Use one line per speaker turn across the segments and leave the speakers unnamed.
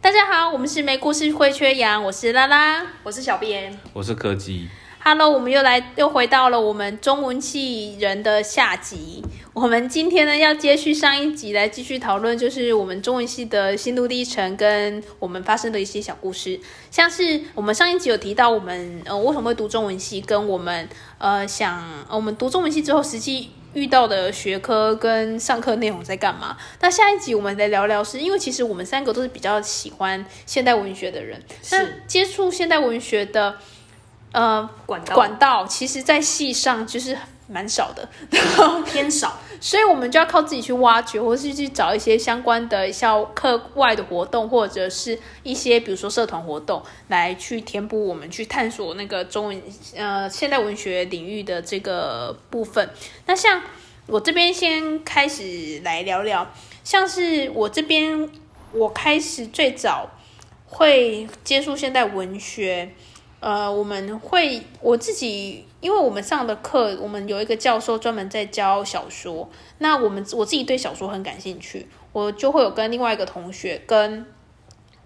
大家好，我们是没故事会缺氧，我是拉拉。
我是小编，
我是柯基，
Hello，我们又来又回到了我们中文系人的下集。我们今天呢要接续上一集来继续讨论，就是我们中文系的心路历程跟我们发生的一些小故事。像是我们上一集有提到我们呃为什么会读中文系，跟我们呃想呃我们读中文系之后实际。遇到的学科跟上课内容在干嘛？那下一集我们来聊聊是，因为其实我们三个都是比较喜欢现代文学的人，那
是
接触现代文学的呃
管道
管道，其实在系上就是蛮少 的，
偏少，
所以我们就要靠自己去挖掘，或是去找一些相关的校课外的活动，或者是一些比如说社团活动，来去填补我们去探索那个中文呃现代文学领域的这个部分。那像我这边先开始来聊聊，像是我这边我开始最早会接触现代文学，呃，我们会我自己，因为我们上的课，我们有一个教授专门在教小说，那我们我自己对小说很感兴趣，我就会有跟另外一个同学跟。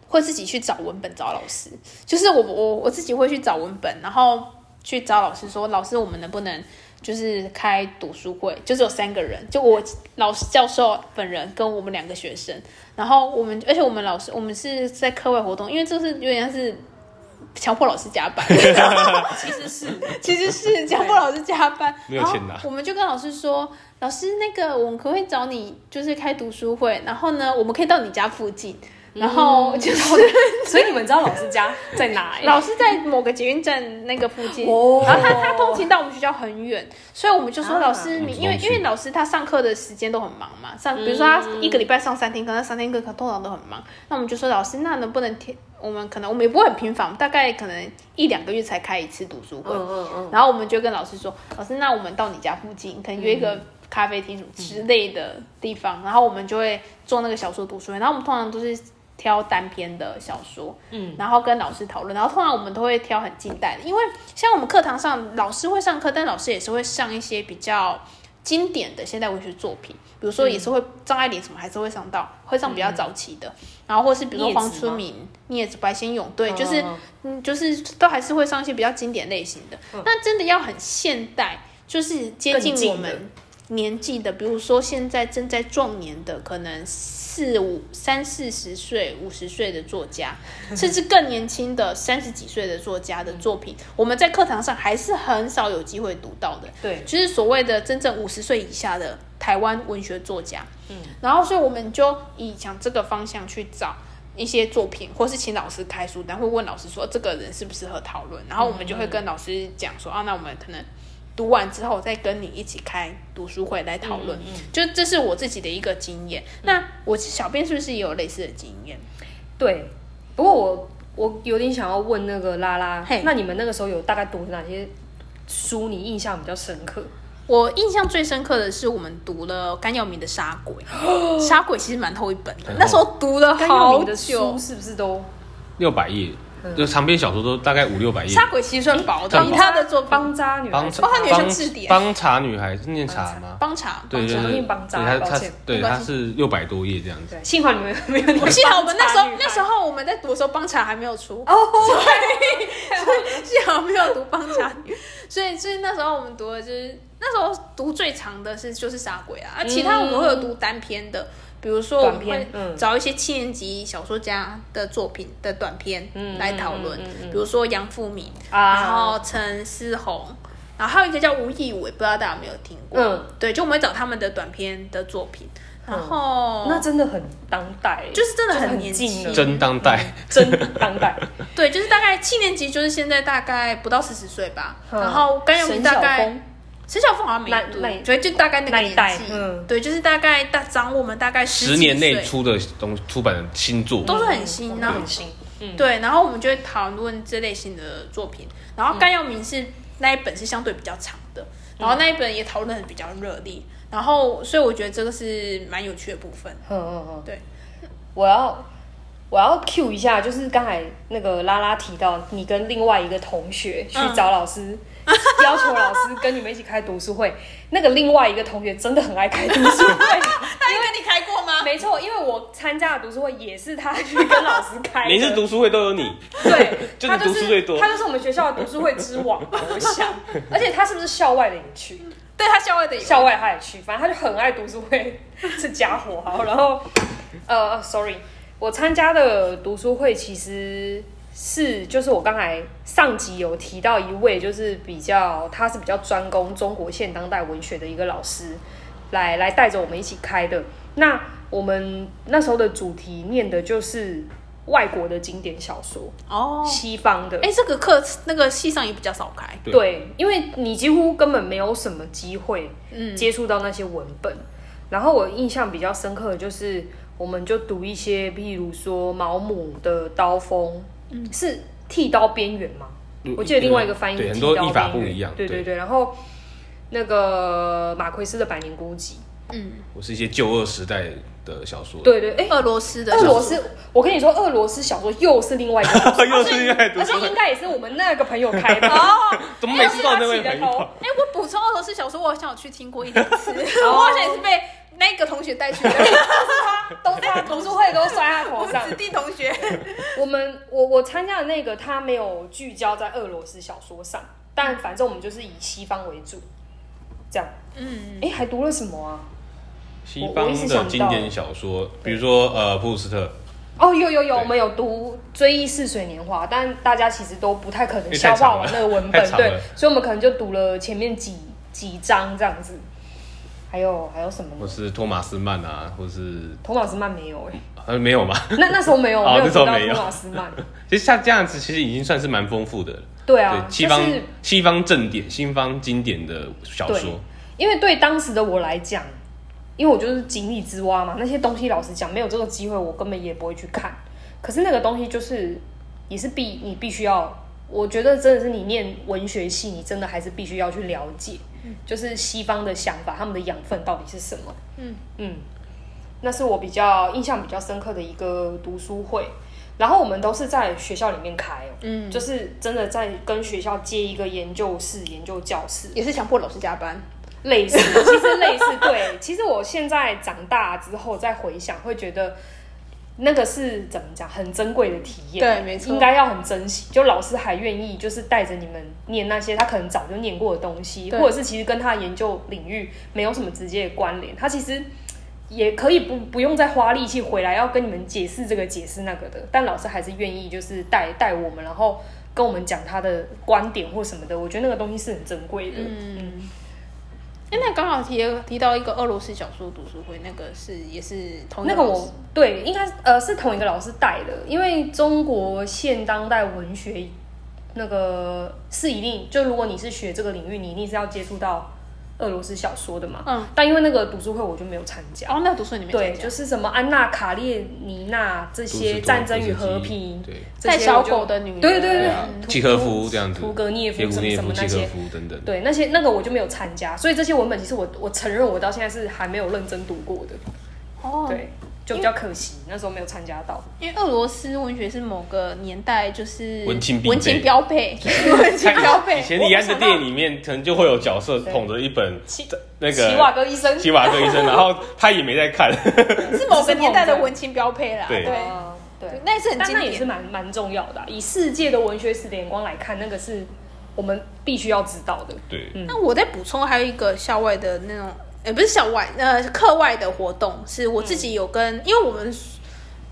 会自己去找文本找老师，就是我我我自己会去找文本，然后去找老师说，老师我们能不能就是开读书会，就只有三个人，就我老师教授本人跟我们两个学生，然后我们而且我们老师我们是在课外活动，因为这是有点像是强迫老师加 班，
其实是
其实是强迫老师加班，
没有钱拿
然后我们就跟老师说，老师那个我们可不可以找你，就是开读书会，然后呢，我们可以到你家附近，然后
嗯
就是、
所以你们知道老师家在哪、欸？
老师在某个捷运站那个附近，
哦
然后他他通勤到我们学校很远，所以我们就说
啊
老师你
嗯
因为
同学
因为老师他上课的时间都很忙嘛，上比如说他一
嗯
个礼拜上三天课，那三天课通常都很忙，那我们就说老师那能不能天我们可能我们也不会很频繁，大概可能一两个月才开一次读书会，
嗯嗯嗯，
然后我们就跟老师说，老师，那我们到你家附近，可能约一个
嗯
咖啡厅什么之类的地方，然后我们就会做那个小说读书会。然后我们通常都是挑单篇的小说，嗯，然后跟老师讨论。然后通常我们都会挑很近代的，因为像我们课堂上老师会上课，但老师也是会上一些比较经典的现代文学作品，比如
嗯
说也是会张爱玲什么还是会上到，会上比较早期的，然后或是比如说
聂子
黄春
吗
明、聂子、白先勇，对，就是
嗯嗯
嗯，就是都还是会上一些比较经典类型的。那真的要很现代，就是接近
更近
我
的
们年纪的，比如说现在正在壮年的，可能四五三四十岁、五十岁的作家，甚至更年轻的三十几岁的作家的作品，我们在课堂上还是很少有机会读到的。
对，
就是所谓的真正五十岁以下的台湾文学作家。嗯，然后所以我们就以讲这个方向去找一些作品，或是请老师开书单，会问老师说这个人适不适合讨论，然后我们就会跟老师讲说、啊，那我们可能。读完之后再跟你一起开读书会来讨论，就这是我自己的一个经验。那我小编是不是也有类似的经验？
对。不过我我有点想要问那个拉拉
嘿，
那你们那个时候有大概读哪些书？你印象比较深刻？
我印象最深刻的是我们读了甘耀明的《杀 鬼》，《杀鬼》其实蛮厚一本的，那时候读了
甘耀
好
明的
久
书。是不是都
六百页，
嗯
就长篇小说都大概五六百页。
杀鬼其实算薄的，
诶
以他的作帮
帮扎女孩
帮
子
帮他女生字典
帮茶女孩是念茶吗？
帮查，
对，
帮
就
查
是
念帮茶
对
抱
他他
歉
对
没关
他
系
是六百多页这样子。
对，幸好你们没有。
我记得我们那时候那时
候
候我们在读的时候，帮查还没有出，
哦，
幸好没有读帮查女，所以所以那时候我们读的就是那时候读最长的是就是杀鬼啊，啊其他我们会有读单篇的。比如说，我们
嗯短篇
会
嗯
找一些七年级小说家的作品的短篇
嗯
来讨论
嗯嗯，
比如说杨富敏，
啊
然后陈思宏，然后还有一个叫吴亦伟，不知道大家有没有听过？
嗯
对，就我们会找他们的短篇的作品，然后、
那真的很当代，欸
就是真的
就是
很
很
年
近
轻
了，
真当代，
真当 代。
对，就是大概七年级，就是现在大概不到四十岁吧。
嗯
然后甘永明
沈
大
晓
概
峰
陈小凤好像没
那
读
那，
对，就大概那个
那一
年
代
纪，
嗯
对，就是大概大长我们大概十
十
几
年内
岁
出的东出版的新作，
都是很新，然后
很新，嗯，
对，然后我们就会讨论这类型的作品。然后甘耀明是那一本是相对比较长的，然后那一本也讨论的比较热烈。然后，所以我觉得这个是蛮有趣的部分。
嗯嗯嗯，
对，
我要我要 Q 一下，就是刚才那个拉拉提到你跟另外一个同学去
嗯
找老师要求老师跟你们一起开读书会。那个另外一个同学真的很爱开读书会，
他有跟你开过吗？
没错，因为我参加的读书会也是他去跟老师开 的。
每次读书会都有你，
对，
就
他
你读书最多
他就是我们学校的读书会之 王，我想。而且他是不是校外的也去？
对他校外的有
校外他也去，反正他就很爱读书会， 这家伙好。然后，呃，sorry，我参加的读书会其实是就是我刚才上集有提到一位，就是比较他是比较专攻中国现当代文学的一个老师，来来带着我们一起开的。那我们那时候的主题念的就是外国的经典小说，
哦。
西方的。
哎、这个课那个系上也比较少开，
对
对，因为你几乎根本没有什么机会接触到那些文本。然后我印象比较深刻的就是，我们就读一些，譬如说毛姆的《刀锋》，是剃刀边缘吗？我记得另外一个翻译
对
是
很
剃
多
刀
译法
边
不
缘
一样，
对对对。然后那个马奎斯的《百年孤寂》，
我是一些旧二时代的小说，
对对，哎，
俄罗斯的
俄
小
罗
说
斯，我跟你说，俄罗斯小说又是另外一个故事，
又是另外一个
而
读书
且
会
应，该也是我们那个朋友开的。
哦。
怎么每次都有那位朋
哎我是他起的
友
头？
哎、我补充俄罗斯小说，我好像有去听过一两 次，我好像也是被那个同学带去 的，
都是他读书会都摔他头上
子。弟同学。
我们我我参加的那个，他没有聚焦在俄罗斯小说上，但反正我们就是以西方为主，这样。
嗯，
哎、还读了什么啊？
西
我我
方
一直
的
哎想
经
到
典小说，比如说呃普鲁斯特，
哦，有有有，
对
我们有读《追忆似水年华》，但大家其实都不太可
因
能
为太
消
长了
化完那个文
太
本，
长了
对，所以我们可能就读了前面几几章这样子。还有还有什么
或？是托马斯曼啊，或是
托马斯曼没有哎、
呃没有嘛。
那那时候没有，
哦
没有
那时
读
候
到
没有
托马斯曼。
其实像这样子，其实已经算是蛮丰富的了。
对 啊，
对，西
就
方、
是
西方正典、西方经典的小说，
因为对当时的我来讲，因为我就是井底之蛙嘛，那些东西老实讲，没有这个机会，我根本也不会去看。可是那个东西就是也是必你必须要，我觉得真的是你念文学系，你真的还是必须要去了解，就是西方的想法，他们的养分到底是什么。
嗯
嗯，那是我比较印象比较深刻的一个读书会。然后我们都是在学校里面开哦，
嗯
就是真的在跟学校接一个研究室、研究教室，
也是强迫老师加班。
类似，其实类似，对， 其实我现在长大之后再回想，会觉得那个是怎么讲，很珍贵的体验，
对没错
应该要很珍惜。就老师还愿意就是带着你们念那些他可能早就念过的东西，
对
或者是其实跟他的研究领域没有什么直接的关联，他其实。也可以不不用再花力气回来要跟你们解释这个解释那个的，但老师还是愿意就是带带我们，然后跟我们讲他的观点或什么的，我觉得那个东西是很珍贵的。嗯
哎、那刚好提提到一个俄罗斯小说读书会，那个是也是同一
那个
哦老师
我对，应该是呃是同一个老师带的，因为中国现当代文学那个是一定，就如果你是学这个领域，你一定是要接触到俄罗斯小说的嘛。
嗯，
但因为那个读书会我就没有参加。
哦，那个读书里面
对，就是什么安娜·卡列尼娜这
读
些
斯托
战争与
夫斯基
和平，
对，
这
带
些
小
我就
狗的女人，
对对对
对啊，
图
契诃夫这样子，
屠格涅夫
列夫
什么
涅
什
夫、
么
契
那
诃
些，
夫等等。
对那些那个我就没有参加，所以这些文本其实我我承认我到现在是还没有认真读过的，
哦，
对，就比较可惜，那时候没有参加到。
因为俄罗斯文学是某个年代就是
文青必备
文青标配，文青 标
以
配。
前李安的电影里面，可能就会有角色
对
捧着一本
奇
那
奇瓦
个
哥医生，
奇瓦克医生，然后他也没在 看，
是某个年代的文青标配啦。
对
啊对
对，，那也是很
但
经
那也是
典。
蛮蛮重要的啊、以世界的文学史的眼光来看，那个是我们必须要知道的。
对，
那我再补充还有一个校外的那种，呃，不是校外，呃，课外的活动是我自己有
嗯
跟，因为我们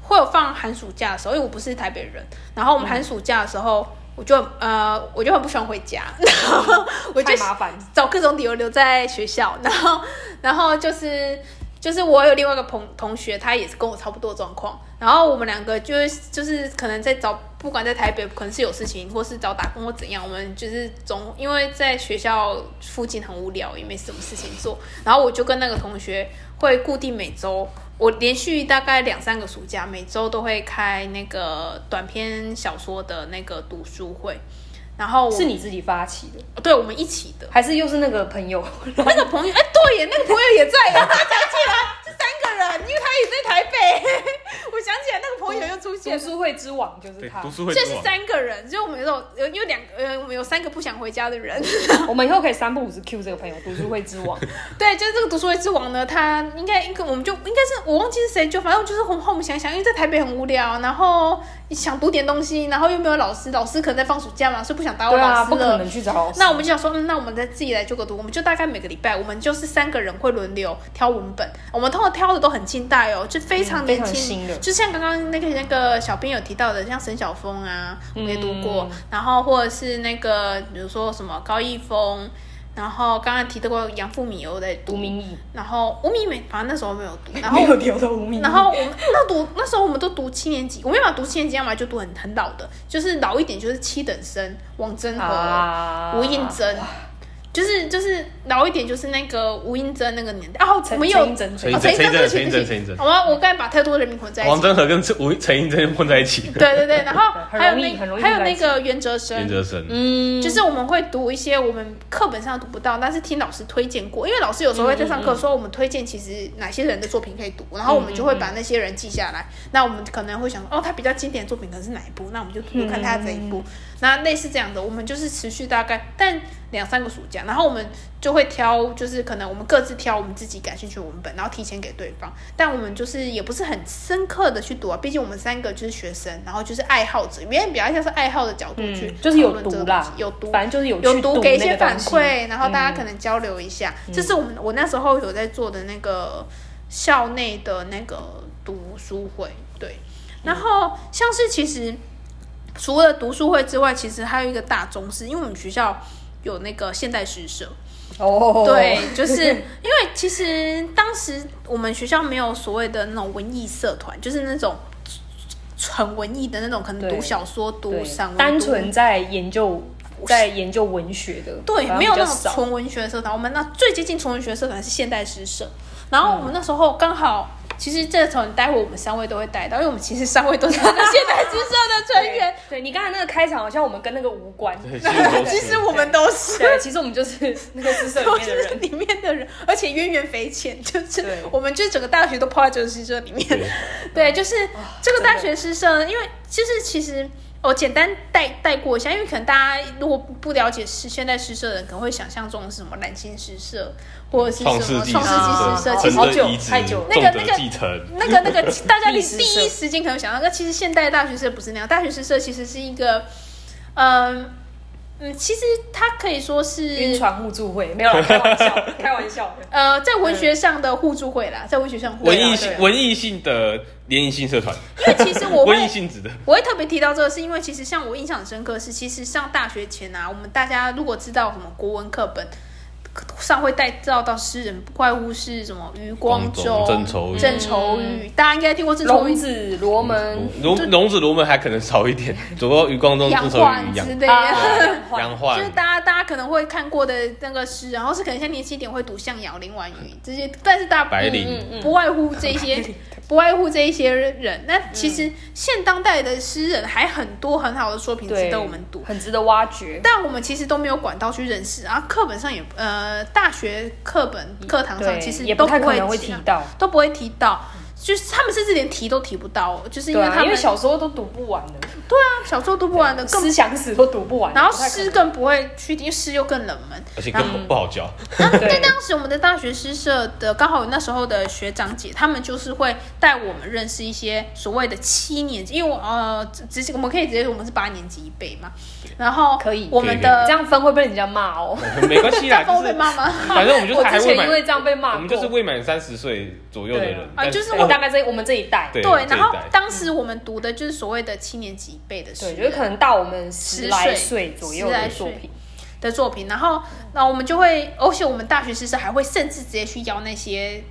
会有放寒暑假的时候，因为我不是台北人，然
嗯
后我们寒暑假的时候，我就呃，我就很不喜欢回家，然后我就
太麻烦，
找各种理由留在学校，然后然后就是就是我有另外一个朋同学，他也是跟我差不多的状况，然后我们两个就是就是可能在找，不管在台北可能是有事情，或是找打工或怎样，我们就是总因为在学校附近很无聊，也没什么事情做，然后我就跟那个同学会固定每周。我连续大概两三个暑假，每周都会开那个短篇小说的那个读书会，然后我
是你自己发起的，
对我们一起的，
还是又是那个朋友？
那个朋友，哎、 对耶，那个朋友也在耶，大家讲起来，这三个人，因为他也在台北，我 想起来那个朋友又出现
读
了。
书会啊之王就是
对
他，
读书会
所以
之
是
啊
王，
三个人，就我们有有有两个呃，我们有三个不想回家的人。
我们以后可以三不五时 Q 这个朋友，读书会之王。
对，就是这个读书会之王呢，他应该应该我们就应该是我忘记是谁，就反正就是后后我们想想，因为在台北很无聊，然后想读点东西，然后又没有老师，老师可能在放暑假嘛，所以不想打扰
对
老
啊，
师
不可
了。
能去找老师。
那我们就想说，嗯，那我们再自己来做个读，我们就大概每个礼拜，我们就是三个人会轮流挑文本，我们通常挑的都很近代哦，就非常
嗯
年
非
轻，
常新的
就像刚刚那个那个小编有提到的，像沈晓峰啊，我们也读
嗯
过，然后或者是那个比如说什么高一峰，然后刚刚提到过杨富米，我在读
读明义，
然后吴敏美，反正那时候没有 读，然后
没有留的无名。
然后我们那读那时候我们都读七年级，我没办法读七年级，要么就读很很老的，就是老一点就是七等生王真和、
啊，
吴映真，就是就是老一点就是那个吴映真那个年代。然后我
陈
们有
陈映真
哦
陈
陈
映
映
真
真，对不
陈
起
映真陈哦映
对不
真
起我要我刚才把太多人名混在一
王
起。
真和跟陈吴陈映真混在一起，
对对对，然后
对
还有
很容易
那
很容易
还有
混在
那
一起
个袁哲生，
袁哲生，
嗯，
就是我们会读一些我们课本上读不到，但是听老师推荐过，因为老师有时候
嗯
会在上课说我们推荐其实哪些人的作品可以读，然后我们就会把那些人记下
嗯
来。那我们可能会想说，哦，他比较经典的作品可能是哪一部，那我们就读读看他这一部。
嗯
那类似这样的，我们就是持续大概但两三个暑假，然后我们就会挑，就是可能我们各自挑我们自己感兴趣的文本，然后提前给对方。但我们就是也不是很深刻的去读啊，毕竟我们三个就是学生，然后就是爱好者，别人比较像是爱好的角度去、
嗯就是有读啦
有读，
反正就是有
有
去
读
读
给一
那
些
个东
反
西嗯
馈，然后大家可能交流一下。这是我们我那时候有在做的那个校内的那个读书会，对。
嗯
然后像是其实除了读书会之外，其实还有一个大宗师，因为我们学校有那个现代诗社，
哦，
对，就是因为其实当时我们学校没有所谓的那种文艺社团，就是那种纯文艺的那种，可能读
对
小说、读
对
散文、
单
读
纯在研究在研究文学的，
对，
反而
没有
比较
那种
少
纯文学社团，我们那最接近纯文学社团是现代诗社。然后我
嗯
们那时候刚好，其实这团待会我们三位都会带到，因为我们其实三位都是那个现代诗社的成员。
对你刚才那个开场，好像我们跟那个无关。
对其实我都
其实我们都是。
对，其实我们就是那个诗社里
都
面的
是
人。
里面的人，而且渊源匪浅，就是
对
我们就是整个大学都泡在这个诗社里面。
对 嗯
对，就是这个
真的
大学诗社，因为就是其实我哦简单带带过一下，因为可能大家如果不了解是现代诗社的人，可能会想象中是什么蓝星诗社或者是什
创
么
世纪
创世纪诗
啊
社，
啊
其
陈
实
啊。好久
的遗址
太久了，
那个
重
那个
德继承，
那个那个，大家第
历史社
第一时间可能想到，那其实现代大学社不是那样，大学诗社其实是一个，嗯嗯，其实它可以说
晕
是
船互助会没有啦，开玩笑，开 玩笑的。
呃，在文学上的互助会啦，在文学上互助
文
会
艺
对啊
性文艺性的联谊性社团，
因为其实我
文艺
会
性质的，
我会特别提到这个，是因为其实像我印象很深刻是，其实上大学前啊，我们大家如果知道什么国文课本上会带到到诗人，不外乎是什么余光中、
光中郑愁予
郑愁予大家应该听过郑愁
龙
予、
子罗门
龙龙子龙门还可能少一点，只不过余光中
杨
之所
焕
以
之
杨
类的。
杨
就
焕
是大家大家可能会看过的那个诗，然后是可能像年轻一点会读向尧、林婉瑜这些，但是大家
白
嗯
灵
嗯不外乎这些， 不外乎这一些人。那其
嗯
实现当代的诗人还很多很好的作品值
对，
得我们读，
很值得挖掘。
但我们其实都没有管道去认识，啊，课本上也呃，大学课本课堂上
对，
其实
也
都
不太可能
会
会
提
提，到，
都不会提到，就是他们甚至连提都提不到，就是因
对
为他
啊，
们
因为小时啊候都读不完的，
小时候读不完的，更
思想史都读不完。
然后
不太可
诗
能
更不会去，因为诗又更冷门。
而且更不好 教，
对
当时我们的大学诗社的刚好有那时候的学长姐，他们就是会带我们认识一些所谓的七年级，因为我呃直接我们可以直接说我们是八年级一辈嘛，然后
可以
我们
这
的
样分会被人家骂哦。
没关系啦，
这样
就
会
是
被骂吗
反正我们就是
我
还
之
未
前因为
满，
这样被骂
我们就是
过。
未满三十岁左右的
对
人
啊，
啊就是
对我大概这我们这一代，
哎 对
对，然后
这一代
当时我们读的就是所谓的七年级一辈的诗
对，
人，
就是可能到我们十来岁左右
十来
的
岁
作品，
的作品，然后那我们就会，而且我们大学诗社还会甚至直接去邀那些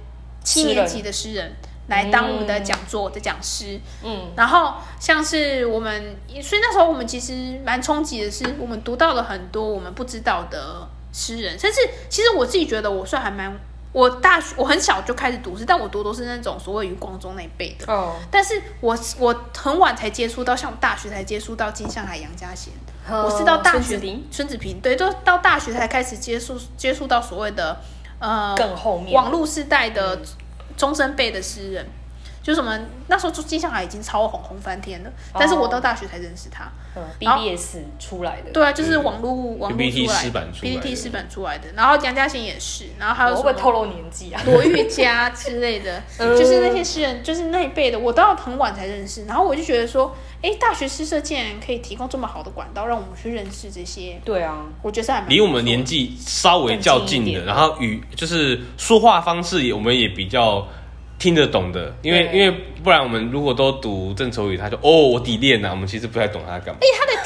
七年级的诗人来当我们的讲座的讲师，
嗯，
然后像是我们，所以那时候我们其实蛮冲击的是，我们读到了很多我们不知道的诗人，甚至其实我自己觉得我算还蛮。我大学我很小就开始读诗，但我读都是那种所谓余光中那一辈的。
哦，
但是我我很晚才接触到，像我大学才接触到金向海、杨家贤，我是到大
孙
学
呃子林
孙子平，对，都到大学才开始接触接触到所谓的呃
更后面嗯
网络时代的中生辈的诗人，就是我们那时候就接下来已经超红红翻天了，但是我
哦
到大学才认识他。
嗯
然后
，BBS 出来的，
对啊，就是
嗯
网络网络
PPT
出来
湿版出来的
PPT 湿版出来的，然后杨嘉欣也是，然后还有什
我会不会
么
透露年纪啊？
罗玉佳之类的，
嗯
就是那些诗人，就是那一辈的，我到很晚才认识。然后我就觉得说，哎、大学诗社竟然可以提供这么好的管道，让我们去认识这些，
对啊，
我觉得是还蛮
离我们年纪稍微较近
更近一
的，
点
然后语就是说话方式也我们也比较听得懂的，因为
对
因为不然我们如果都读郑愁予，他就哦我底练呐、啊，我们其实不太懂他在干嘛，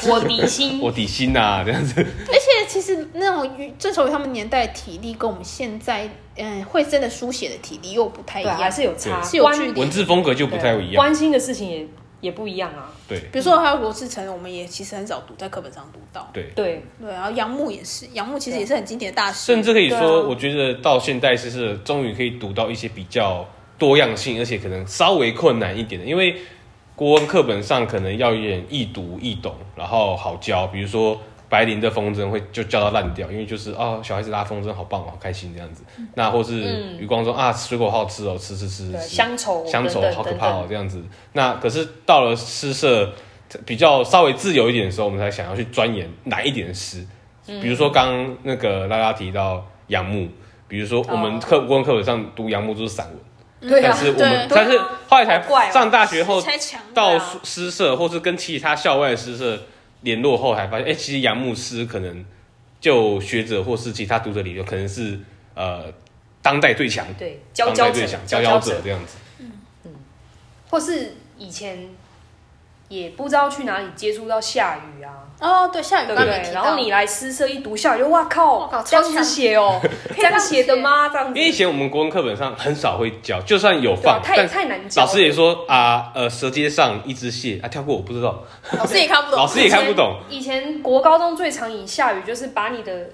我底薪
我底薪呐、啊、这 样 子，
而且其实那种郑愁予他们年代的体力跟我们现在嗯会真的书写的体力又不太一
对啊，
样，
还是有差，
是有距离
关
的
文字风格就不太一样，
关心的事情也也不一样啊。
对
比如说还有罗志诚，我们也其实很少读在课本上读到。
对。
对，
对，然后杨牧也是，杨牧其实也是很经典的大师，
甚至可以
对
说，
啊
我觉得到现代是是终于可以读到一些比较多样性，而且可能稍微困难一点的，因为国文课本上可能要有点易读易懂，然后好教，比如说。白灵的风筝会就教到烂掉，因为就是哦，小孩子拉风筝好棒哦，好开心这样子。那或是余光中、啊，水果好吃哦，吃吃吃
对
吃，
乡愁
乡愁
等等
好可怕
等
哦
等，
这样子。那可是到了诗社比较稍微自由一点的时候，我们才想要去钻研难一点的诗。比如
嗯
说刚刚那个拉拉提到杨牧，比如说我们课国文课本上读杨牧就是散文，
哦对
但
啊，
是我
对
们但是后来
好怪
才
哦
上大学后
才强的
到
啊
诗社或是跟其他校外的诗社联络后，才发现哎、其实杨牧诗可能就学者或是其他读者里面可能是呃当代最强，
对，佼
当
佼
代最
者
强，，
佼
佼
佼
佼
者
者，这样子。
或是以前也不知道去哪里接触到夏雨啊，
哦，对，下雨
对
刚
不
刚没
对？
提
然
到
后你来诗社一读夏雨，就哇靠，
哇靠
这样
超强
子 写哦，这样写的吗？这样子
因为以前我们国文课本上很少会教，就算有
对啊
放，
太
但
太难教
老
了，
师也说啊，呃，舌尖上一只蟹啊，跳过我不知道，
老师也看不懂，
老师也看不懂。
以前国高中最常以下雨就是把你的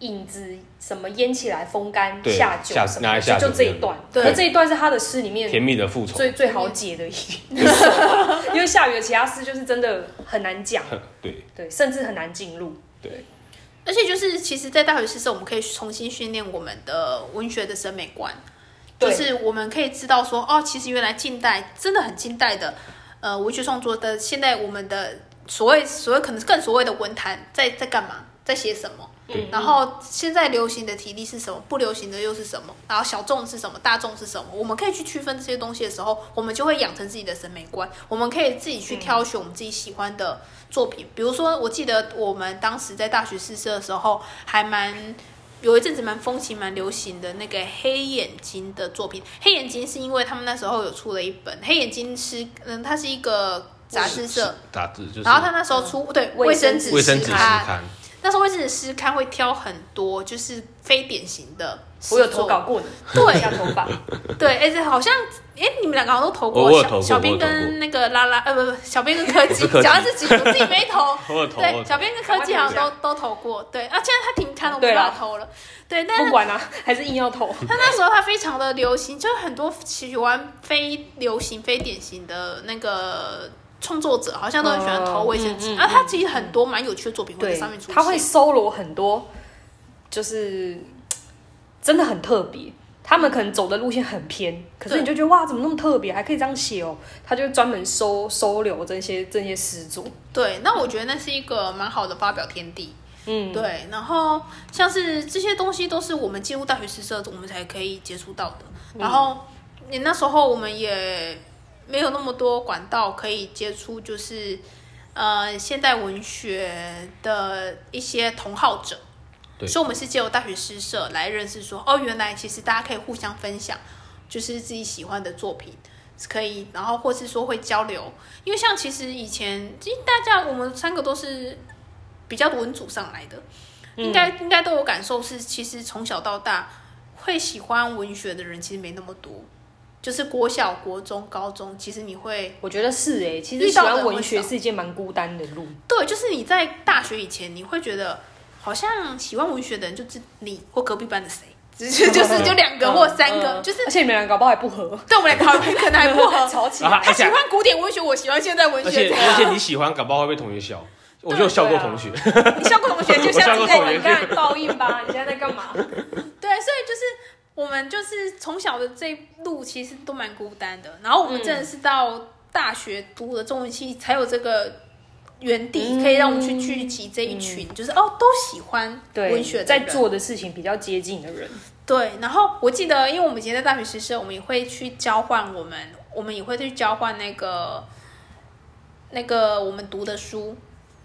影子什么淹起来风干
对
下酒
下
什
拿
么
来
的，
下
就
酒
就这一段。
对
可这一段是他的诗里
甜
面
蜜的复仇，
最最好解 的一一 首，因为下雨的其他诗就是真的很难讲，
对
对，甚至很难进入。
对，
而且就是，其实，在大学诗社，我们可以重新训练我们的文学的审美观，就
对
是我们可以知道说，哦，其实原来近代真的很近代的，呃，文学创作的，现在我们的所谓所谓可能更所谓的文坛在在干嘛，在写什么。
对
然后现在流行的体力是什么，不流行的又是什么，然后小众是什么，大众是什么，我们可以去区分这些东西的时候，我们就会养成自己的审美观，我们可以自己去挑选我们自己喜欢的作品。比如说，我记得我们当时在大学试社的时候，还蛮。有一阵子蛮风行、蛮流行的那个黑眼睛的作品，黑眼睛是因为他们那时候有出了一本黑眼睛是，嗯，它是一个杂志社，
打字就是
然后他那时候出、对卫
卫生
生纸
嗯卫生纸
试
试
刊
看，
那时候卫生纸师刊会挑很多就是非典型的诗作，
我有投稿 过你，
对
下头发，
对，而且好像哎、你们两个好像都投过，
我我有
小
投过
小编
我有投过
跟那个拉拉，呃，不不，小编跟科技
我是，科技
讲到自己我自己没投，
我 有投我
对，
有投
小编跟科技好像都都投过，对，啊，现在他停刊了，我不
对
知
啦
道投了，对，但
不
是
管啊，还是硬要投。
他那时候他非常的流行，就是很多喜欢非流行、非典型的那个。创作者好像都很喜欢投卫生纸，
嗯嗯嗯
啊，他其实很多蛮有趣的作品会在
对
上面出，现。
他会搜罗很多，就是真的很特别。他们可能走的路线很偏，可是
对
你就觉得哇，怎么那么特别，还可以这样写哦？他就专门收收留这些这些诗作。
对，那我觉得那是一个蛮好的发表天地。
嗯，
对，然后像是这些东西都是我们进入大学实社，我们才可以接触到的。然后你那时候我们也没有那么多管道可以接触，就是呃现代文学的一些同好者。
对
所以我们是借由大学诗社来认识说，哦，原来其实大家可以互相分享，就是自己喜欢的作品，可以，然后或是说会交流，因为像其实以前，其实大家我们三个都是比较文组上来的，应该应该都有感受是，其实从小到大会喜欢文学的人其实没那么多，就是国小、国中、高中，其实你会
我觉得是哎、其实
遇
喜
到的
欢
人
文
会
学
少
是一件蛮孤单的路。
对，就是你在大学以前，你会觉得好像喜欢文学的人就是你或隔壁班的谁， 只是 就是就两个或三个，
嗯
就是
而且你们两个搞不好还不合，
对我们两个好像可能还不 合。
吵起
然后
来。
他
啊而
喜
且
欢古典文学，我喜欢现代文
而
学
且
这
而
样。
且你喜欢，搞不好会被同学笑。我就笑过同学，
你上过同学就
我
像
上
你
过
在
同学
你刚才报应吧？你现在在干嘛？
对，所以就是我们就是从小的这一路其实都蛮孤单的，然后我们真
嗯
的是到大学读了中文系才有这个园地，
嗯
可以让我们去聚集这一群，就是哦都喜欢
对，
文学的
在
人
做的事情比较接近的人，
对，然后我记得，因为我们以前在大学实施，我们也会去交换，我们我们也会去交换那个那个我们读的书，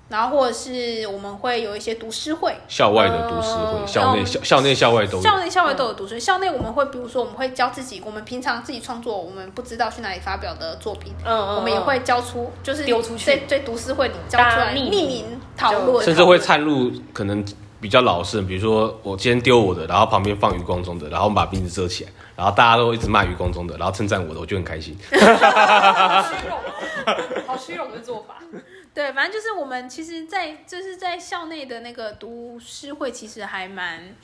然后或者是我们会有一些读诗会，
校外的读诗会，校内校校内校外都有。
校内校外都有读书。校内我们会，比如说我们会教自己，我们平常自己创作，我们不知道去哪里发表的作品，
嗯嗯
我们也会教出，就是
丢出去
在在读诗会里教出
大家
来
匿名
匿名讨论，
甚至会
参
掺入可能比较老式的，比如说我今天丢我的，然后旁边放余光中的，然后我们把瓶子遮起来，然后大家都一直骂余光中的，然后称赞我的，我就很开心。
好虚荣哦，好虚荣的做法。
对，反正就是我们其实在，就是在校内的那个读诗会，其实还蛮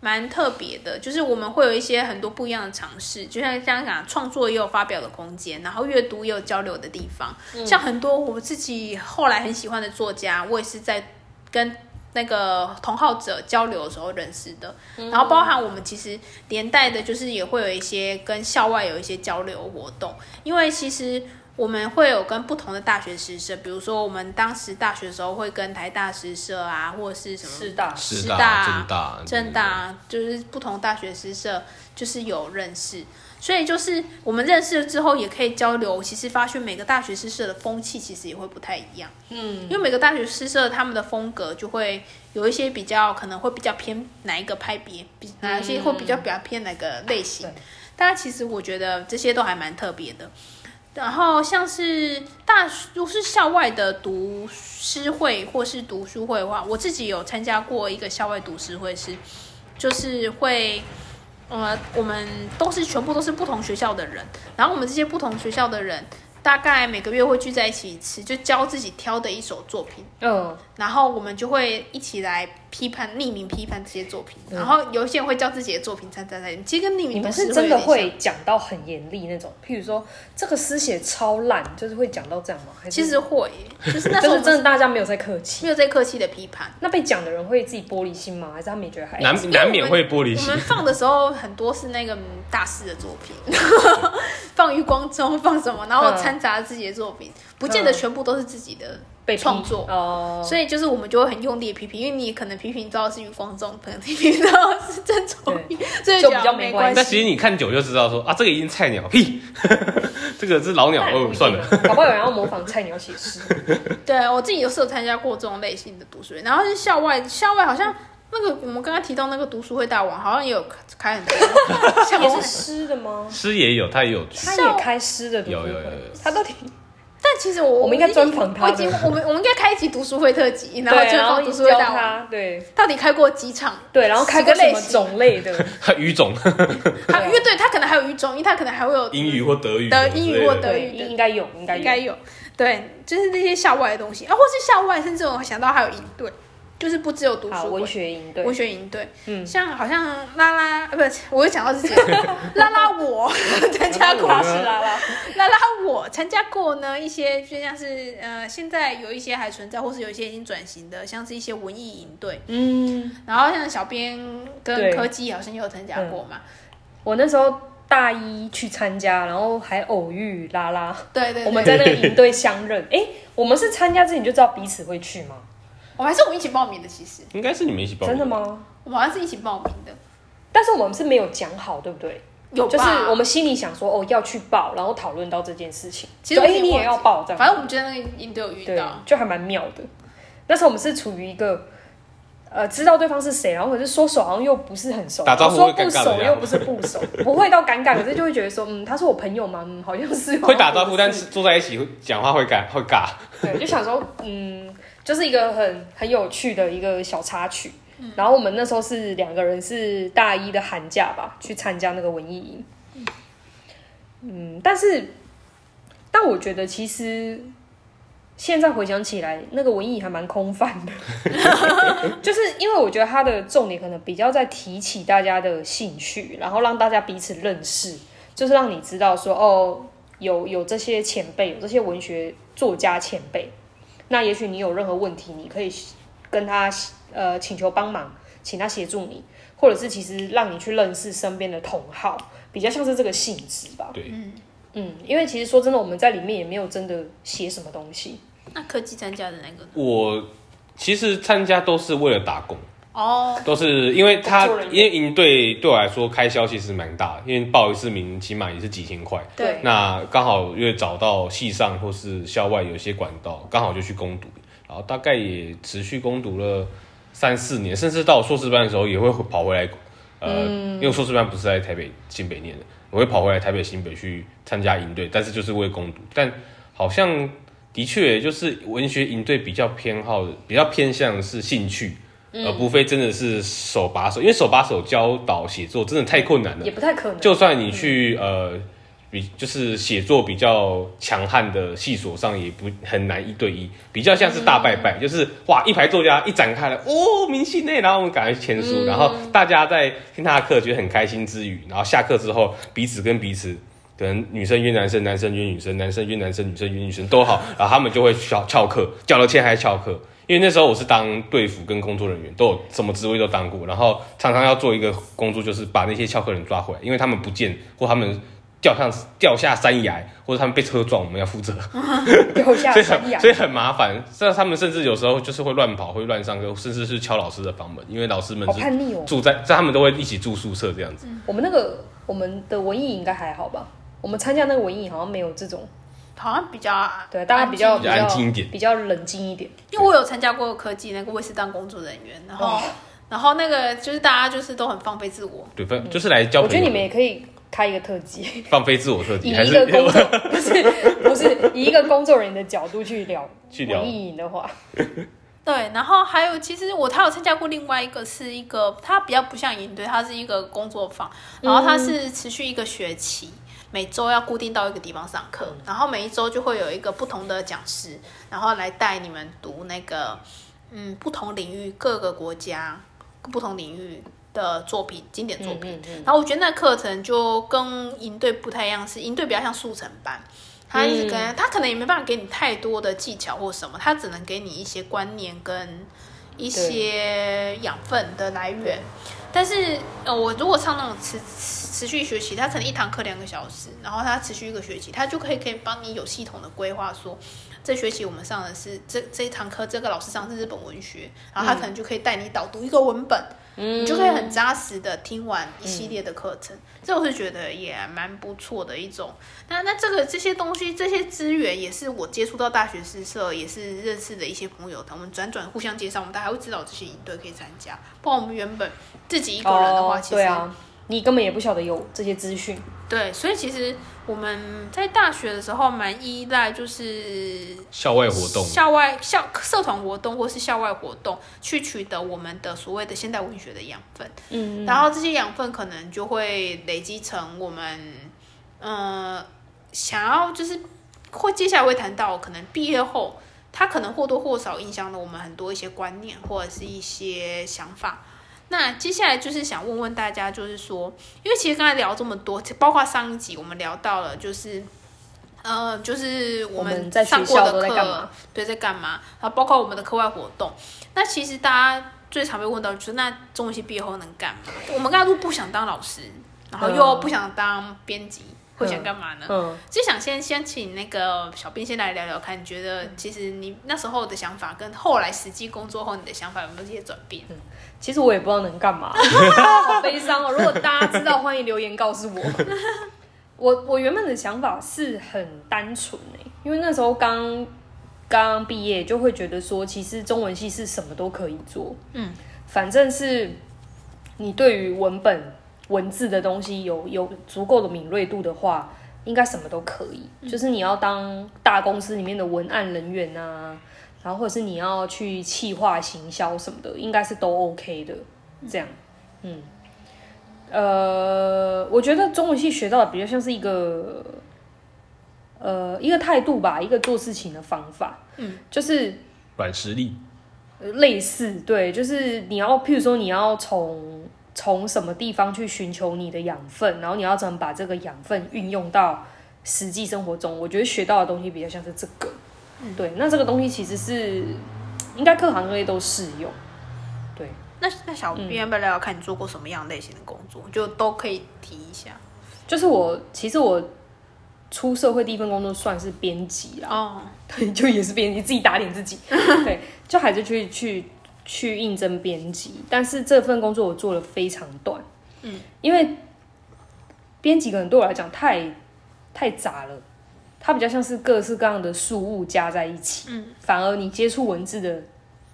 蛮特别的，就是我们会有一些很多不一样的尝试，就像刚刚讲，创作也有发表的空间，然后阅读也有交流的地方。
嗯
像很多我自己后来很喜欢的作家，我也是在跟那个同好者交流的时候认识的。然后包含我们其实连带的，就是也会有一些跟校外有一些交流活动，因为其实我们会有跟不同的大学师社，比如说我们当时大学的时候会跟台大师社啊，或者是什么
是的，
师
师
大
大、
啊
正大、嗯
正大啊就是不同大学诗社就是有认识，所以就是我们认识了之后也可以交流。其实发现每个大学诗社的风气其实也会不太一样，嗯，因为每个大学诗社他们的风格就会有一些比较可能会比较偏哪一个派别，比哪一些会比较比较偏哪个类型。
对
大家其实我觉得这些都还蛮特别的。然后像是大如果是校外的读诗会或是读书会的话，我自己有参加过一个校外读诗会是，就是会。呃，我们都是全部都是不同学校的人，然后我们这些不同学校的人，大概每个月会聚在一起一次，就教自己挑的一首作品，
嗯，
然后我们就会一起来批判、匿名批判这些作品，然后有一些人会叫自己的作品参参参，其实跟匿
嗯你
名
们
不
是
会有
真的
点像
会讲到很严厉那种，譬如说这个诗写超烂，就是会讲到这样吗？还是
其实会，就是那时候我
就是
们
真的大家没有在客气。
没有在客气的批判。
那被讲的人会自己玻璃心吗？还是他们也觉得还 好？
难难免会玻璃
我
心
们。放的时候很多是那个嗯大师的作品， 放余光中，放什么，然后
嗯
掺杂自己的作品，不见得全部都是自己的。
被批
创作
哦，
所以就是我们就会很用力地批评，因为你可能批评到是余光中，可能批评到是郑愁予， 所以觉
就
得
比较
没
没关
系
但。其实你看久就知道说啊，这个已经菜鸟，屁，这个是老鸟，哦，算了。，
搞不好有人要模仿菜鸟写 诗，
对我自己有是有参加过这种类型的读书会，然后是校外，校外好像那个我们刚刚提到那个读书会大王，好像也有开很多校
也是
外，
诗的吗？
师也有，他也有去，
他也开诗的读书
有
会，
有有有
他到底
但其实我
我们应该专访他
我
的
已经我们我们应该开一集读书会特辑， 然后
对
专
然后
访
一
读
直
书会
教
大王，
他，对
到底开过几 场？
对，然后开
几个
个什
类
么
型？
种类的，
语种
还因为对他可能还有语种，因为他可能还会有
英语或德语
德
什么之类
英
的，
语或德
对，
语的
应该有，应该
应该
有，
有，对，就是那些校外的东西啊，或是校外，甚至我想到还有营队，就是不只有读
好，
书
文
会。
学营对
文，学营队，
嗯
像好像拉拉，呃不是，我又讲到自己 了拉拉我参加过，
巴士拉拉，
拉拉我参加过呢一些，就像是呃，现在有一些还存在，或是有一些已经转型的，像是一些文艺营队，
嗯，
然后像小编跟
对
柯基好像也有参加过嘛，
我那时候大一去参加，然后还偶遇拉拉，
对对对，
我们在那个营队相认。哎、我们是参加之前就知道彼此会去吗？
我们还是我们一起报名的，其实
应该是你们一起报名
真的？吗？
我们好像是一起报名的，
但是我们是没有讲好，对不对？
有
就是
吧
我们心里想说，哦，要去报，然后讨论到这件事情。
其实
就
我
诶你也要报，这样。
反正我们觉得那个营队有遇
对
到，，
就还蛮妙的。那时候我们是处于一个。呃，知道对方是谁，然后可是说熟好像又不是很熟，
打招呼会
说不
尴尬的
熟
呀
又不是不熟，不会到尴尬，可是就会觉得说，嗯，他是我朋友吗？嗯，好像是
会打招呼，
好像
但
不
是坐在一起会讲话会尬，会尬。
对，就想说，嗯，就是一个很很有趣的一个小插曲。然后我们那时候是两个人是大一的寒假吧，去参加那个文艺营。嗯，但是，但我觉得其实现在回想起来，那个文艺营还蛮空泛的，就是因为我觉得它的重点可能比较在提起大家的兴趣，然后让大家彼此认识，就是让你知道说，哦，有有这些前辈，有这些文学作家前辈，那也许你有任何问题，你可以跟他呃请求帮忙，请他协助你，或者是其实让你去认识身边的同好，比较像是这个性质吧。
对，
嗯，因为其实说真的，我们在里面也没有真的写什么东西。
那科技参加的那个
我其实参加都是为了打工，
哦，
都是因为他
工作人
因为
员
营队对我来说开销其实蛮大的，因为报一次名起码也是几千块。
对，
那刚好因为找到系上或是校外有一些管道，刚好就去攻读，然后大概也持续攻读了三四年，甚至到硕士班的时候也会跑回来，呃，因为硕士班不是在台北新北念的，我会跑回来台北新北去参加营队，但是就是为攻读，但好像的确就是文学营队比较偏好，比较偏向是兴趣。而不非真的是手把手，因为手把手教导写作真的太困难了
也，不太可能。
就算你去呃比就是写作比较强悍的系所上，也不很难一对一，比较像是大拜拜，就是哇一排作家一展开来，哦明信内，然后我们赶快去签书，然后大家在听他的课觉得很开心之余，然后下课之后彼此跟彼此。可能女生约男生，男生约女生，男生约男生，女生约女生都好，然后他们就会翘翘课，缴了钱还翘课。因为那时候我是当队服跟工作人员，都有什么职位都当过，然后常常要做一个工作，就是把那些翘课人抓回来，因为他们不见或他们掉上掉下山崖，或者他们被车撞，我们要负责，
掉 下
所以
山
很
崖
啊所，以很麻烦。这他们甚至有时候就是会乱跑，会乱上课，甚至是敲老师的房门，因为老师们
好
是
叛逆哦。
住在，在他们都会一起住宿舍这样子。
我们那个我们的文艺应该还好吧？我们参加那个文艺好像没有这种，
好像比较
对，啊大家比较
安
比较安静一点
比较冷静一点。
静因为我有参加过科技那个，我也是当工作人员，然后
哦
然后那个就是大家就是都很放飞自我，
对，反正就是来交
我觉
朋
得你
友
们
的，
也可以开一个特 辑，
放飞自我特
以
辑，还
一
是
个工作不是不是以一个工作人员的角度去聊
去聊
文艺营的话，
对，然后还有，其实我他有参加过另外一个是一个，它比较不像营队，它是一个工作坊，然后它是持续一个学期，每周要固定到一个地方上课，然后每一周就会有一个不同的讲师，然后来带你们读那个嗯不同领域各个国家不同领域的作品，经典作品。
嗯嗯
然后我觉得那课程就跟营队不太一样，是营队比较像速成班，他一直跟、
嗯
他可能也没办法给你太多的技巧或什么，他只能给你一些观念跟一些养分的来源。
嗯
但是呃，我如果上那种持持续学习，他可能一堂课两个小时，然后他持续一个学期，他就可以可以帮你有系统的规划说。这学期我们上的是这这一堂课，这个老师上的是日本文学，然
嗯
后他可能就可以带你导读一个文本，你就可以很扎实的听完一系列的课
嗯
程，这我是觉得也蛮不错的一种。那那这个这些东西这些资源也是我接触到大学诗社，也是认识的一些朋友，我们辗转互相介绍，我们大家会知道有这些营队可以参加。不然我们原本自己一个人的话，
哦
其实
对啊，你根本也不晓得有这些资讯。
对，所以其实我们在大学的时候蛮依赖就是
校外活动，
校外校社团活动或是校外活动，去取得我们的所谓的现代文学的养分。嗯，然后这些养分可能就会累积成我们，呃，想要就是会接下来会谈到，可能毕业后，它可能或多或少影响了我们很多一些观念或者是一些想法。那接下来就是想问问大家，就是说，因为其实刚才聊这么多，包括上一集我们聊到了，就是，呃，就是我
我们
们
在学
上过
校
的
都在干嘛
课，对，在干嘛，然后包括我们的课外活动。那其实呃大家最常被问到就是，那中文系毕业后能干嘛？我们刚才都不想当老师，然后又
嗯
不想当编辑，会想干嘛呢？
嗯，
就想先先请那个小编先来聊聊看，你觉得其实你那时候的想法跟后来实际工作后你的想法有没有这些转变？
其实我也不知道能干嘛，好悲伤哦。如果大家知道，欢迎留言告诉我。我我原本的想法是很单纯诶、因为那时候刚刚毕业，就会觉得说，其实中文系是什么都可以做，
嗯，
反正是你对于文本文字的东西有有足够的敏锐度的话，应该什么都可以。就是你要当大公司里面的文案人员啊，然后或者是你要去企划、行销什么的，应该是都 OK 的。这样，嗯，呃，我觉得中文系学到的比较像是一个，呃，一个态度吧，一个做事情的方法，嗯，就是
软实力。
呃类似，对，就是你要，譬如说你要从从什么地方去寻求你的养分，然后你要怎么把这个养分运用到实际生活中。我觉得学到的东西比较像是这个，对，那这个东西其实是应该各行各业都适用，对，
那那小编要不要聊聊看你做过什么样类型的工作？就都可以提一下。
就是我其实我出社会第一份工作算是编辑啦，
哦，
对，就也是编辑，自己打脸自 己，对，就还是去去去应征编辑，但是这份工作我做的非常短，嗯，因为编辑可能对我来讲太太杂了，它比较像是各式各样的事物加在一起，嗯，反而你接触文字的。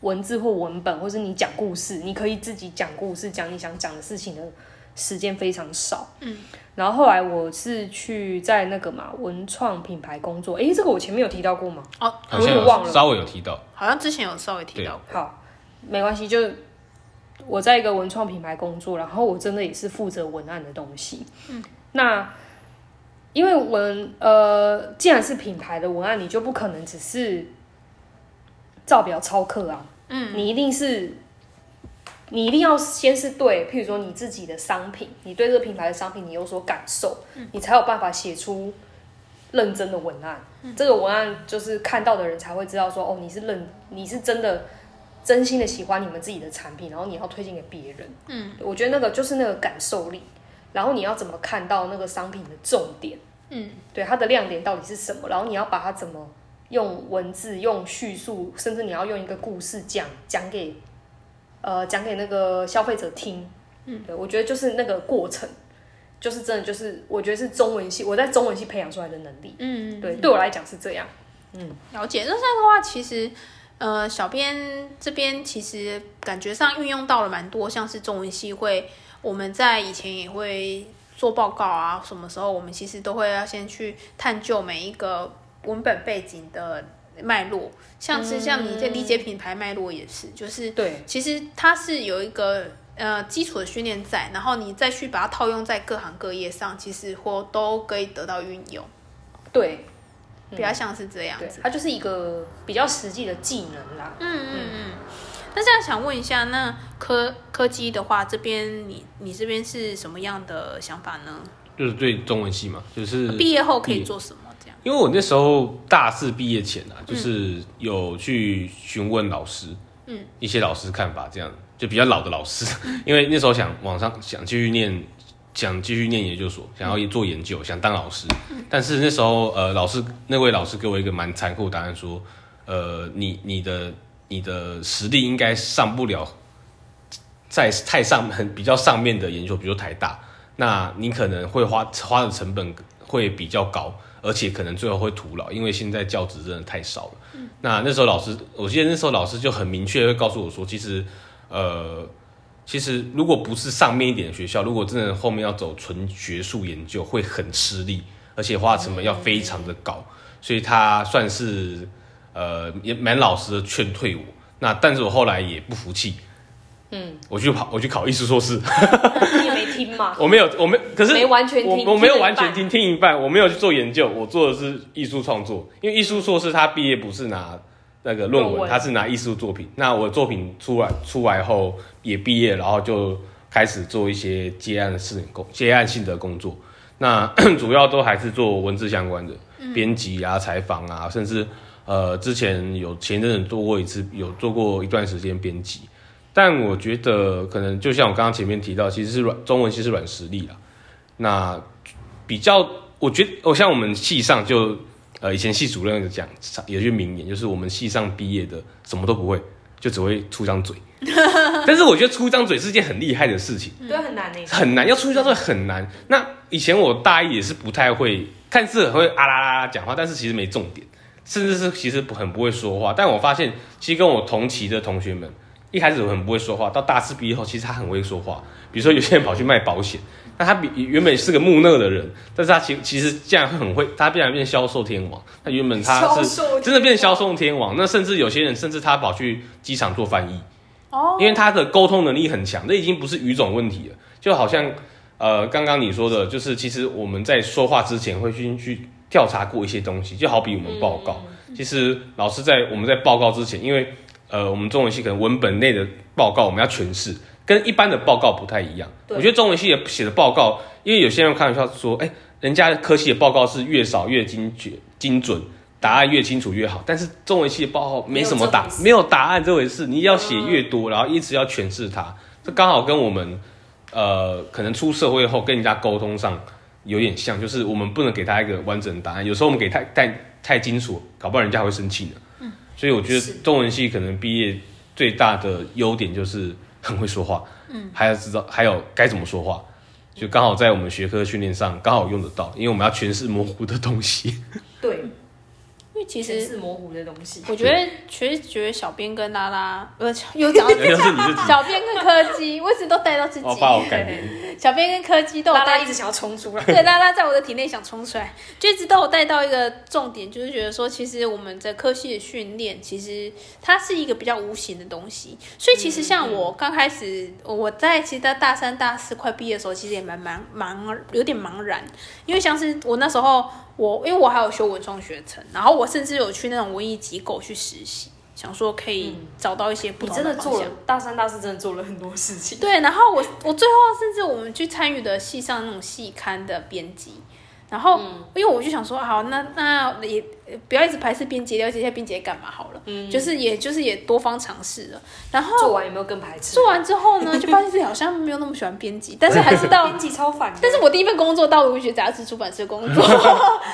文字或文本，或是你讲故事，你可以自己讲故事，讲你想讲的事情的时间非常少。然后后来我是去在那个嘛文创品牌工作，诶，这个我前面有提到过吗？
哦，
我
好
有
像
点忘了
有稍微有提到，
好像之前有稍微提到过。
好，没关系，就我在一个文创品牌工作，然后我真的也是负责文案的东西。嗯，那因为文呃，既然是品牌的文案，你就不可能只是照表抄课啊。嗯，你一定是。你一定要先是对，譬如说你自己的商品，你对这个品牌的商品你有所感受，你才有办法写出认真的文案。这个文案就是看到的人才会知道说，哦，你是认，你是真的真心的喜欢你们自己的产品，然后你要推荐给别人。嗯，我觉得那个就是那个感受力，然后你要怎么看到那个商品的重点？嗯，对，它的亮点到底是什么？然后你要把它怎么用文字、用叙述，甚至你要用一个故事讲讲给呃讲给那个消费者听。嗯，对，我觉得就是那个过程，就是真的就是我觉得是中文系我在中文系培养出来的能力。
嗯，
对，对我来讲是这样。
了解。那这样的话，其实呃，小编这边其实感觉上运用到了蛮多，像是中文系会，我们在以前也会做报告啊，什么时候我们其实都会要先去探究每一个文本背景的脉络，像是像你在理解品牌脉络也是，就是
对，
其实它是有一个呃基础的训练在，然后你再去把它套用在各行各业上，其实或都可以得到运用，
对，
比较像是这样
对
子，。
它就是一个比较实际的技能啦。
嗯嗯嗯。那这样想问一下，那科科技的话，这边你你这边是什么样的想法呢？
就是对中文系嘛，就是
毕业后可
毕
以
业
做什么？这样嗯
因为我那时候大四毕业前啊，就是有去询问老师，嗯，一些老师看法，这样就比较老的老师， 因为那时候想往上想继续念，想继续念研究所，想要做研究，想当老师，
嗯
但是那时候呃，老师那位老师给我一个蛮残酷的答案，说，呃，你你的你的实力应该上不了在太上很比较上面的研究，比如说台大，那你可能会花花的成本会比较高，而且可能最后会徒劳，因为现在教职真的太少了。那那时候老师，我记得那时候老师就很明确会告诉我说，其实呃，其实如果不是上面一点的学校，如果真的后面要走纯学术研究，会很吃力，而且花的成本要非常的高，所以他算是呃也蛮老实的劝退我。那但是我后来也不服气，嗯，我去跑，我去考艺术硕士，
你也没听嘛？
我没有，我没，可是
没完全听
我我没有
听一半
完全听听一半，我没有去做研究，我做的是艺术创作，因为艺术硕士他毕业不是拿那个论
论
文，
文
他是拿艺术作品。那我作品出来出来后也毕业，然后就开始做一些接案的事情工接案性的工作，那 主要都还是做文字相关的，编辑啊、采访啊，甚至呃之前有前一阵子做过一次，有做过一段时间编辑。但我觉得可能就像我刚刚前面提到，其实是软中文系是软实力啦。那比较，我觉得，我、像我们系上就，呃，以前系主任有讲有一句名言，就是我们系上毕业的什么都不会，就只会出张嘴。 但是我觉得出张嘴是件很厉害的事情，
对，很难诶。
很难要出一张嘴很难。那以前我大一也是不太会，看似很会啊啦啦啦讲话，但是其实没重点，甚至是其实不很不会说话。但我发现，其实跟我同期的同学们，一开始我很不会说话，到大四毕业后，其实他很会说话。比如说有些人跑去卖保险， 那他比原本是个木讷的人，但是他其其实这样很会，他变然变销售天王。他原本他
销售天
是
王
真的变销售天王。那甚至有些人，甚至他跑去机场做翻译。
哦，
因为他的沟通能力很强，这已经不是语种问题了。就好像呃，刚刚你说的，就是其实我们在说话之前会先去调查过一些东西，就好比我们报告，其实老师在我们在报告之前，因为呃，我们中文系可能文本类的报告我们要诠释，跟一般的报告不太一样。
对
我觉得中文系的写的报告，因为有些人开玩笑说，哎、人家科系的报告是越少越精确精准，答案越清楚越好。但是中文系的报告没什么答
没有这回，事啊
没有答案这回事，你要写越多，然后一直要诠释它，这刚好跟我们呃可能出社会后跟人家沟通上有点像，就是我们不能给他一个完整的答案，有时候我们给太太太清楚，搞不好人家还会生气呢。
嗯
所以我觉得中文系可能毕业最大的优点就是很会说话，嗯，还要知道还有该怎么说话，就刚好在我们学科训练上刚好用得到，因为我们要诠释模糊的 东西。
对，
嗯
因为其
全
实
是模糊的东西。
我觉得，其实觉得小编跟拉 拉，呃，有讲到
又是你自己，
小编跟柯基，我一直都带到自己
我。哦怕我改名。
小编跟柯基都有
拉拉
带
一直想要冲出来，
对，拉拉在我的体内想冲出来，就一直都有带到一个重点，就是觉得说，其实我们在科系的训练，其实它是一个比较无形的东西。所以其实
嗯
像我刚开始，我在其实在大三、大四快毕业的时候，其实也蛮蛮茫，有点茫然，因为像是我那时候，我因为我还有修文创学程，然后我甚至有去那种文艺机构去实习，想说可以找到一些不
嗯你
同
真的
方
做
向
了。大三、大四，真的做了很多事情。
对，然后我我最后甚至我们去参与的系上那种系刊的编辑，然后、因为我就想说，好，那那也呃不要一直排斥编辑，了解一下编辑在干嘛好了，就是也就是也多方尝试了，然后。
做完有没有更排斥？
做完之后呢，就发现自己好像没有那么喜欢编辑，但是还是 到
编辑超烦的，
但是我第一份工作到文学杂志出版社工作，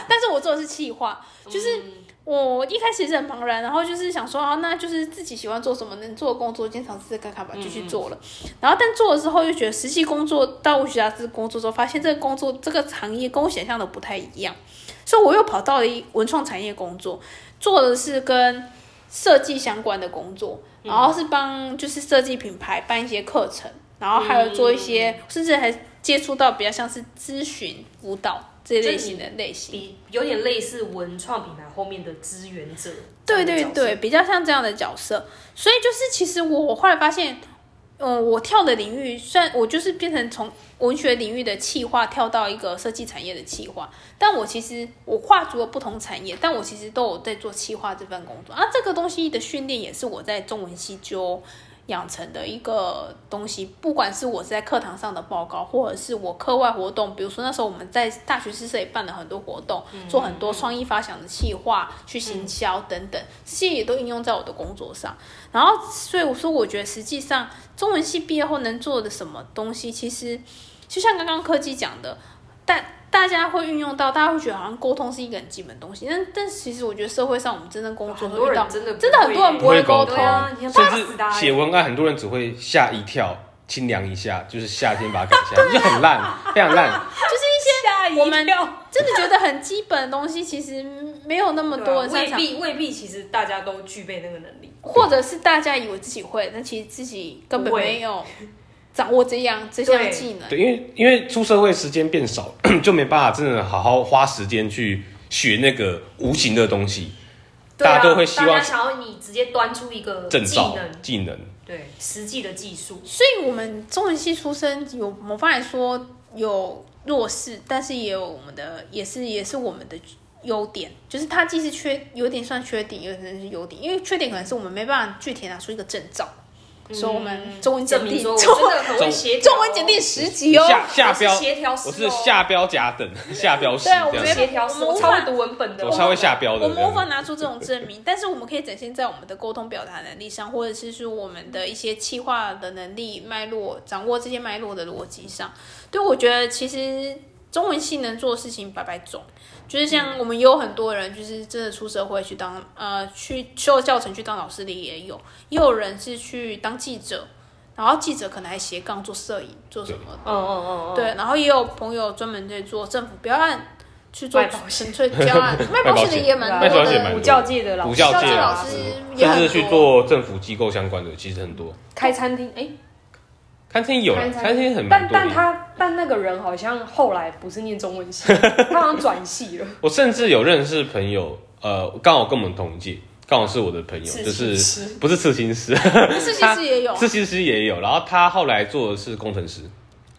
但是我做的是企划，就是我一开始是很茫然，然后就是想说，啊，那就是自己喜欢做什么，能做的工作，经常试试看看吧，就去做了。然后但做了之后，又觉得实际工作到文学杂志工作之后，发现这个工作这个行业跟我想象的不太一样，所以我又跑到了一文创产业工作，做的是跟设计相关的工作，然后是帮就是设计品牌办一些课程，然后还有做一些，甚至还接触到比较像是咨询辅导这类型的类型。
比有点类似文创品牌后面的支援者。
对对对，，比较像这样的角色。所以就是，其实我我后来发现，嗯，我跳的领域，虽然我就是变成从文学领域的企划跳到一个设计产业的企划，但我其实我跨足了不同产业，但我其实都有在做企划这份工作啊。这个东西的训练也是我在中文系就养成的一个东西，不管是我是在课堂上的报告，或者是我课外活动，比如说那时候我们在大学宿舍也办了很多活动，
嗯
做很多创意发想的企划、去行销等等，这些也都应用在我的工作上。然后，所以我说，我觉得实际上中文系毕业后能做的什么东西，其实就像刚刚科技讲的，大大家会运用到，大家会觉得好像沟通是一个很基本的东西，但但其实我觉得社会上我们真的工作
很
会
多
遇到
人，真的
真的很多人不
不会
会
沟
沟通
通
对，啊你，很
甚
怕死的啊
至写文案，很多人只会吓一跳，清凉一下，就是夏天把它改下来，就很烂，非常烂。
就是一些
我们真的觉得很基本的东西，其实没有那么多人擅
啊未
长，
必未必，其实大家都具备那个能力。
或者是大家以为自己会，但其实自己根本
不会
没有掌握这样这项
对
技能。
对，因为因为出社会时间变少， 就没办法真的好好花时间去学那个无形的东西，
对啊
大家都会希望
大家想要你直接端出一个
证
技
照
能，、
技能。
对实际的技术。
所以，我们中文系出身有某方来说有弱势，但是也有我们的，也是也是我们的优点，就是它既是缺有点算缺点，有可能是优点，因为缺点可能是我们没办法具体拿出一个证照，所以我们中文
嗯证
检
明
定
说
中
我真的很会写
中文检定十级哦。
下下标，
我是协调师
我
哦
是下标甲等，下标师
对啊我
这
没
样。
协调师，
我们
啊我
无
超
法
会读文本的，
我稍微下标
我
的，
们无法拿出这种证明，但是我们可以展现在我们的沟通表达能力上，或者是说我们的一些企划的能力脉络，掌握这些脉络的逻辑上。对，我觉得其实中文系能做的事情百百种，就是
嗯
像我们也有很多人，就是真的出社会去当呃去修教程去当老师的也有，也有人是去当记者，然后记者可能还斜杠做摄影做什么的。
嗯嗯嗯嗯，
对，然后也有朋友专门在做政府标案，去做
卖保
纯
险
粹标 案，卖保险的也蛮
卖
多
保险
的
蛮。
补教界的老师，
补教界
教
啊
老师也
甚
很
至
多
去做政府机构相关的，其实很多。
开餐厅，哎，
餐厅有，
开
餐厅很蛮多
但但
的。
他但那个人好像后来不是念中文 系，他好像转系了，
我甚至有认识朋友，呃，刚好跟我们同届，刚好是我的朋友，
刺
就
青
是
师
不是刺青师，
是其实也有
刺青师也有。然后他后来做的是工程师，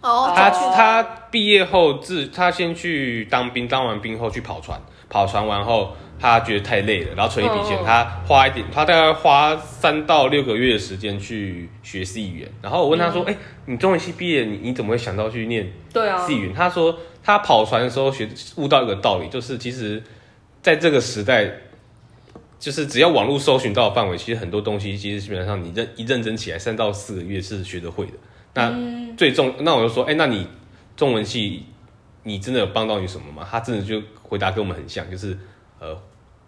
哦，
他
哦
他毕业后自他先去当兵，当完兵后去跑船，跑船完后他觉得太累了，然后存一笔钱，
嗯
他花一点，他大概花三到六个月的时间去学 C 语言。然后我问他说：“哎、你中文系毕业，你你怎么会想到去念
对啊
C，语言？”他说他跑船的时候学悟到一个道理，就是其实在这个时代，就是只要网络搜寻到的范围，其实很多东西其实基本上你认一认真起来，三到四个月是学得会的。
嗯
那最重，那我就说，哎、那你中文系你真的有帮到你什么吗？他真的就回答跟我们很像，就是呃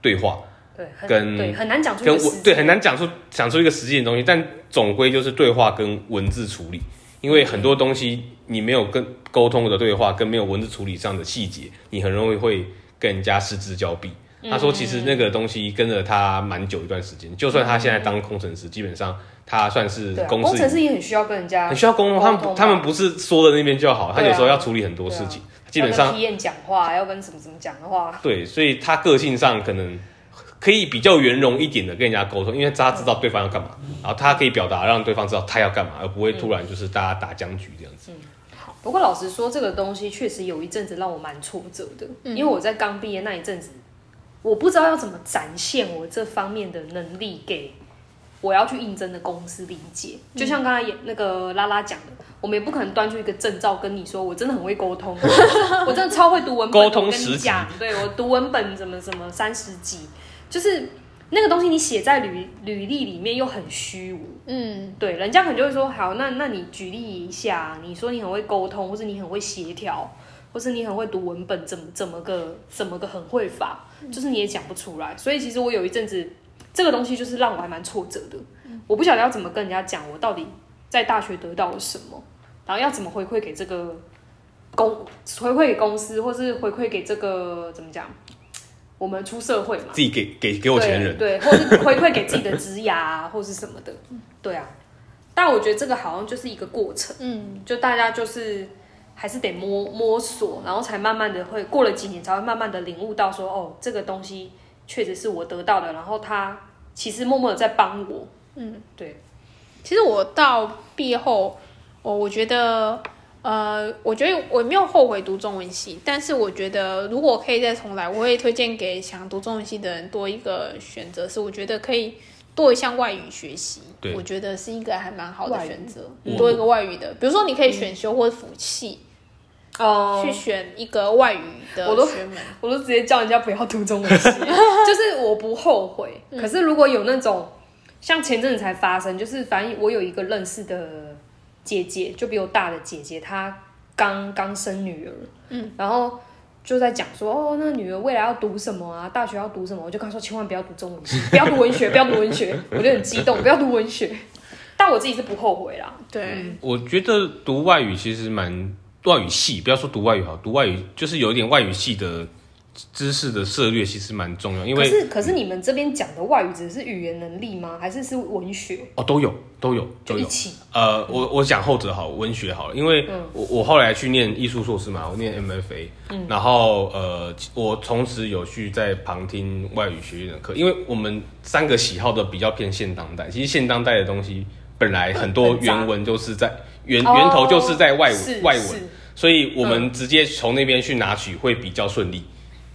对话
对，很
跟
对很难讲出一
跟
个
我
实
对
际
很难讲出讲出一个实际的东西，但总归就是对话跟文字处理，因为很多东西你没有跟沟通的对话，跟没有文字处理上的细节，你很容易会跟人家失之交臂。他说，其
嗯
实那个东西跟了他蛮久一段时间，就算他现在当工程师，基本上他算是
对啊，
公
工
司
程
里
师也很需要跟人家
很需要沟通，他们
沟通
不
吧
他们不是说的那边就好，他
对啊啊
有时候要处理很多事情，基本
要
上
跟 PM 讲话，要跟什么什么讲的话，
对，所以他个性上可能可以比较圆融一点的跟人家沟通，因为他知道对方要干嘛，然后他可以表达让对方知道他要干嘛，而
嗯
不会突然就是大家打僵局这样子。
不过老实说，这个东西确实有一阵子让我蛮挫折的，因为我在刚毕业那一阵子，我不知道要怎么展现我这方面的能力给我要去应征的公司理解。就像刚才也那个拉拉讲的，我们也不可能端出一个证照跟你说，我真的很会沟通，我真的超会读文本，
沟通
我跟
十
你
级
讲，对我读文本怎么怎么三十级，就是那个东西你写在履履历里面又很虚无，
嗯
对，人家可能就会说，好，那那你举例一下，你说你很会沟通，或是你很会协调，或是你很会读文本，怎么怎么个怎么个很会法，就是你也讲不出来。所以其实我有一阵子，这个东西就是让我还蛮挫折的，我不晓得要怎么跟人家讲，我到底在大学得到了什么，然后要怎么回馈给这个公回馈给公司，或是回馈给这个怎么讲，我们出社会嘛，
自己给给给我钱的人，
对，对或是回馈给自己的职涯、啊，或是什么的，对啊。但我觉得这个好像就是一个过程，
嗯，
就大家就是还是得摸摸索，然后才慢慢的会过了几年才会慢慢的领悟到说，哦，这个东西确实是我得到的，然后它其实默默的在帮我，嗯，对，
其实我到毕业后，哦我我觉得，呃，我觉得我没有后悔读中文系，但是我觉得如果可以再重来，我会推荐给想读中文系的人多一个选择，是我觉得可以多一项外语学习。
对嗯
我觉得是一个还蛮好的
外语
选择，多一个外语的，比如说你可以选修或者辅系、
哦
去选一个外语的
我都
学门。
我都直接叫人家不要读中文系， 就是我不后悔。可是如果有那种像前阵子才发生，就是反正我有一个认识的姐姐，就比我大的姐姐，她刚刚生女儿，嗯，然后就在讲说，哦，那女儿未来要读什么啊？大学要读什么？我就跟她说，千万不要读中文系，不要读文学，不要读文学。我就很激动，不要读文学。但我自己是不后悔啦，
对，
我觉得读外语其实蛮外语系，不要说读外语好，读外语就是有一点外语系的知识的涉略，其实蛮重要，因
可
为
是可是你们这边讲的外语只是语言能力吗？还是是文学？
哦都有都有
就
都
一
有。
起
呃，我我讲后者好，文学好了，因为
嗯
我我后来去念艺术硕士嘛，我念 MFA，、然
嗯
后呃，我同时有去在旁听外语学院的课，因为我们三个喜好的比较偏现当代，其实现当代的东西本来很多
很杂哦
原文就是在源源头就是在外文、
是
外
是嗯
文，所以我们直接从那边去拿取会比较顺利。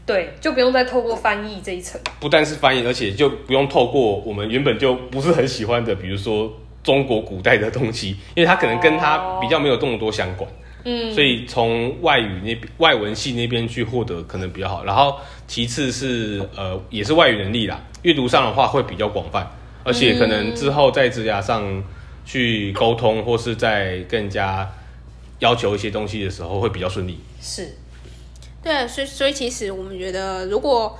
对，就不用再透过翻译这一层。
不但是翻译，而且就不用透过我们原本就不是很喜欢的，比如说中国古代的东西，因为它可能跟它比较没有这么多相关。嗯，所以从外语那边、外文系那边去获得可能比较好。然后其次是呃，也是外语能力啦，阅读上的话会比较广泛，而且可能之后在职涯上去沟通，或是在跟人家要求一些东西的时候会比较顺利。
是，
对，所以所以其实我们觉得，如果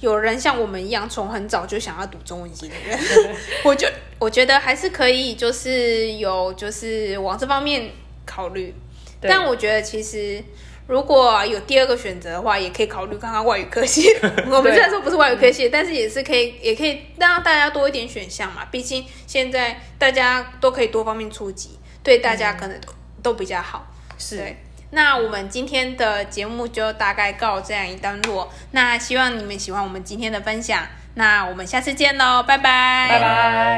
有人像我们一样，从很早就想要读中文系的人，我就我觉得还是可以，就是有就是往这方面考虑。
对
但我觉得其实如果有第二个选择的话，也可以考虑看看外语科系。我们虽然说不是外语科系，但是也是可以，也可以让大家多一点选项嘛。毕竟现在大家都可以多方面触及，对大家可能都、都比较好。
是
对，那我们今天的节目就大概告这样一段落。那希望你们喜欢我们今天的分享，那我们下次见喽，拜拜，
拜拜。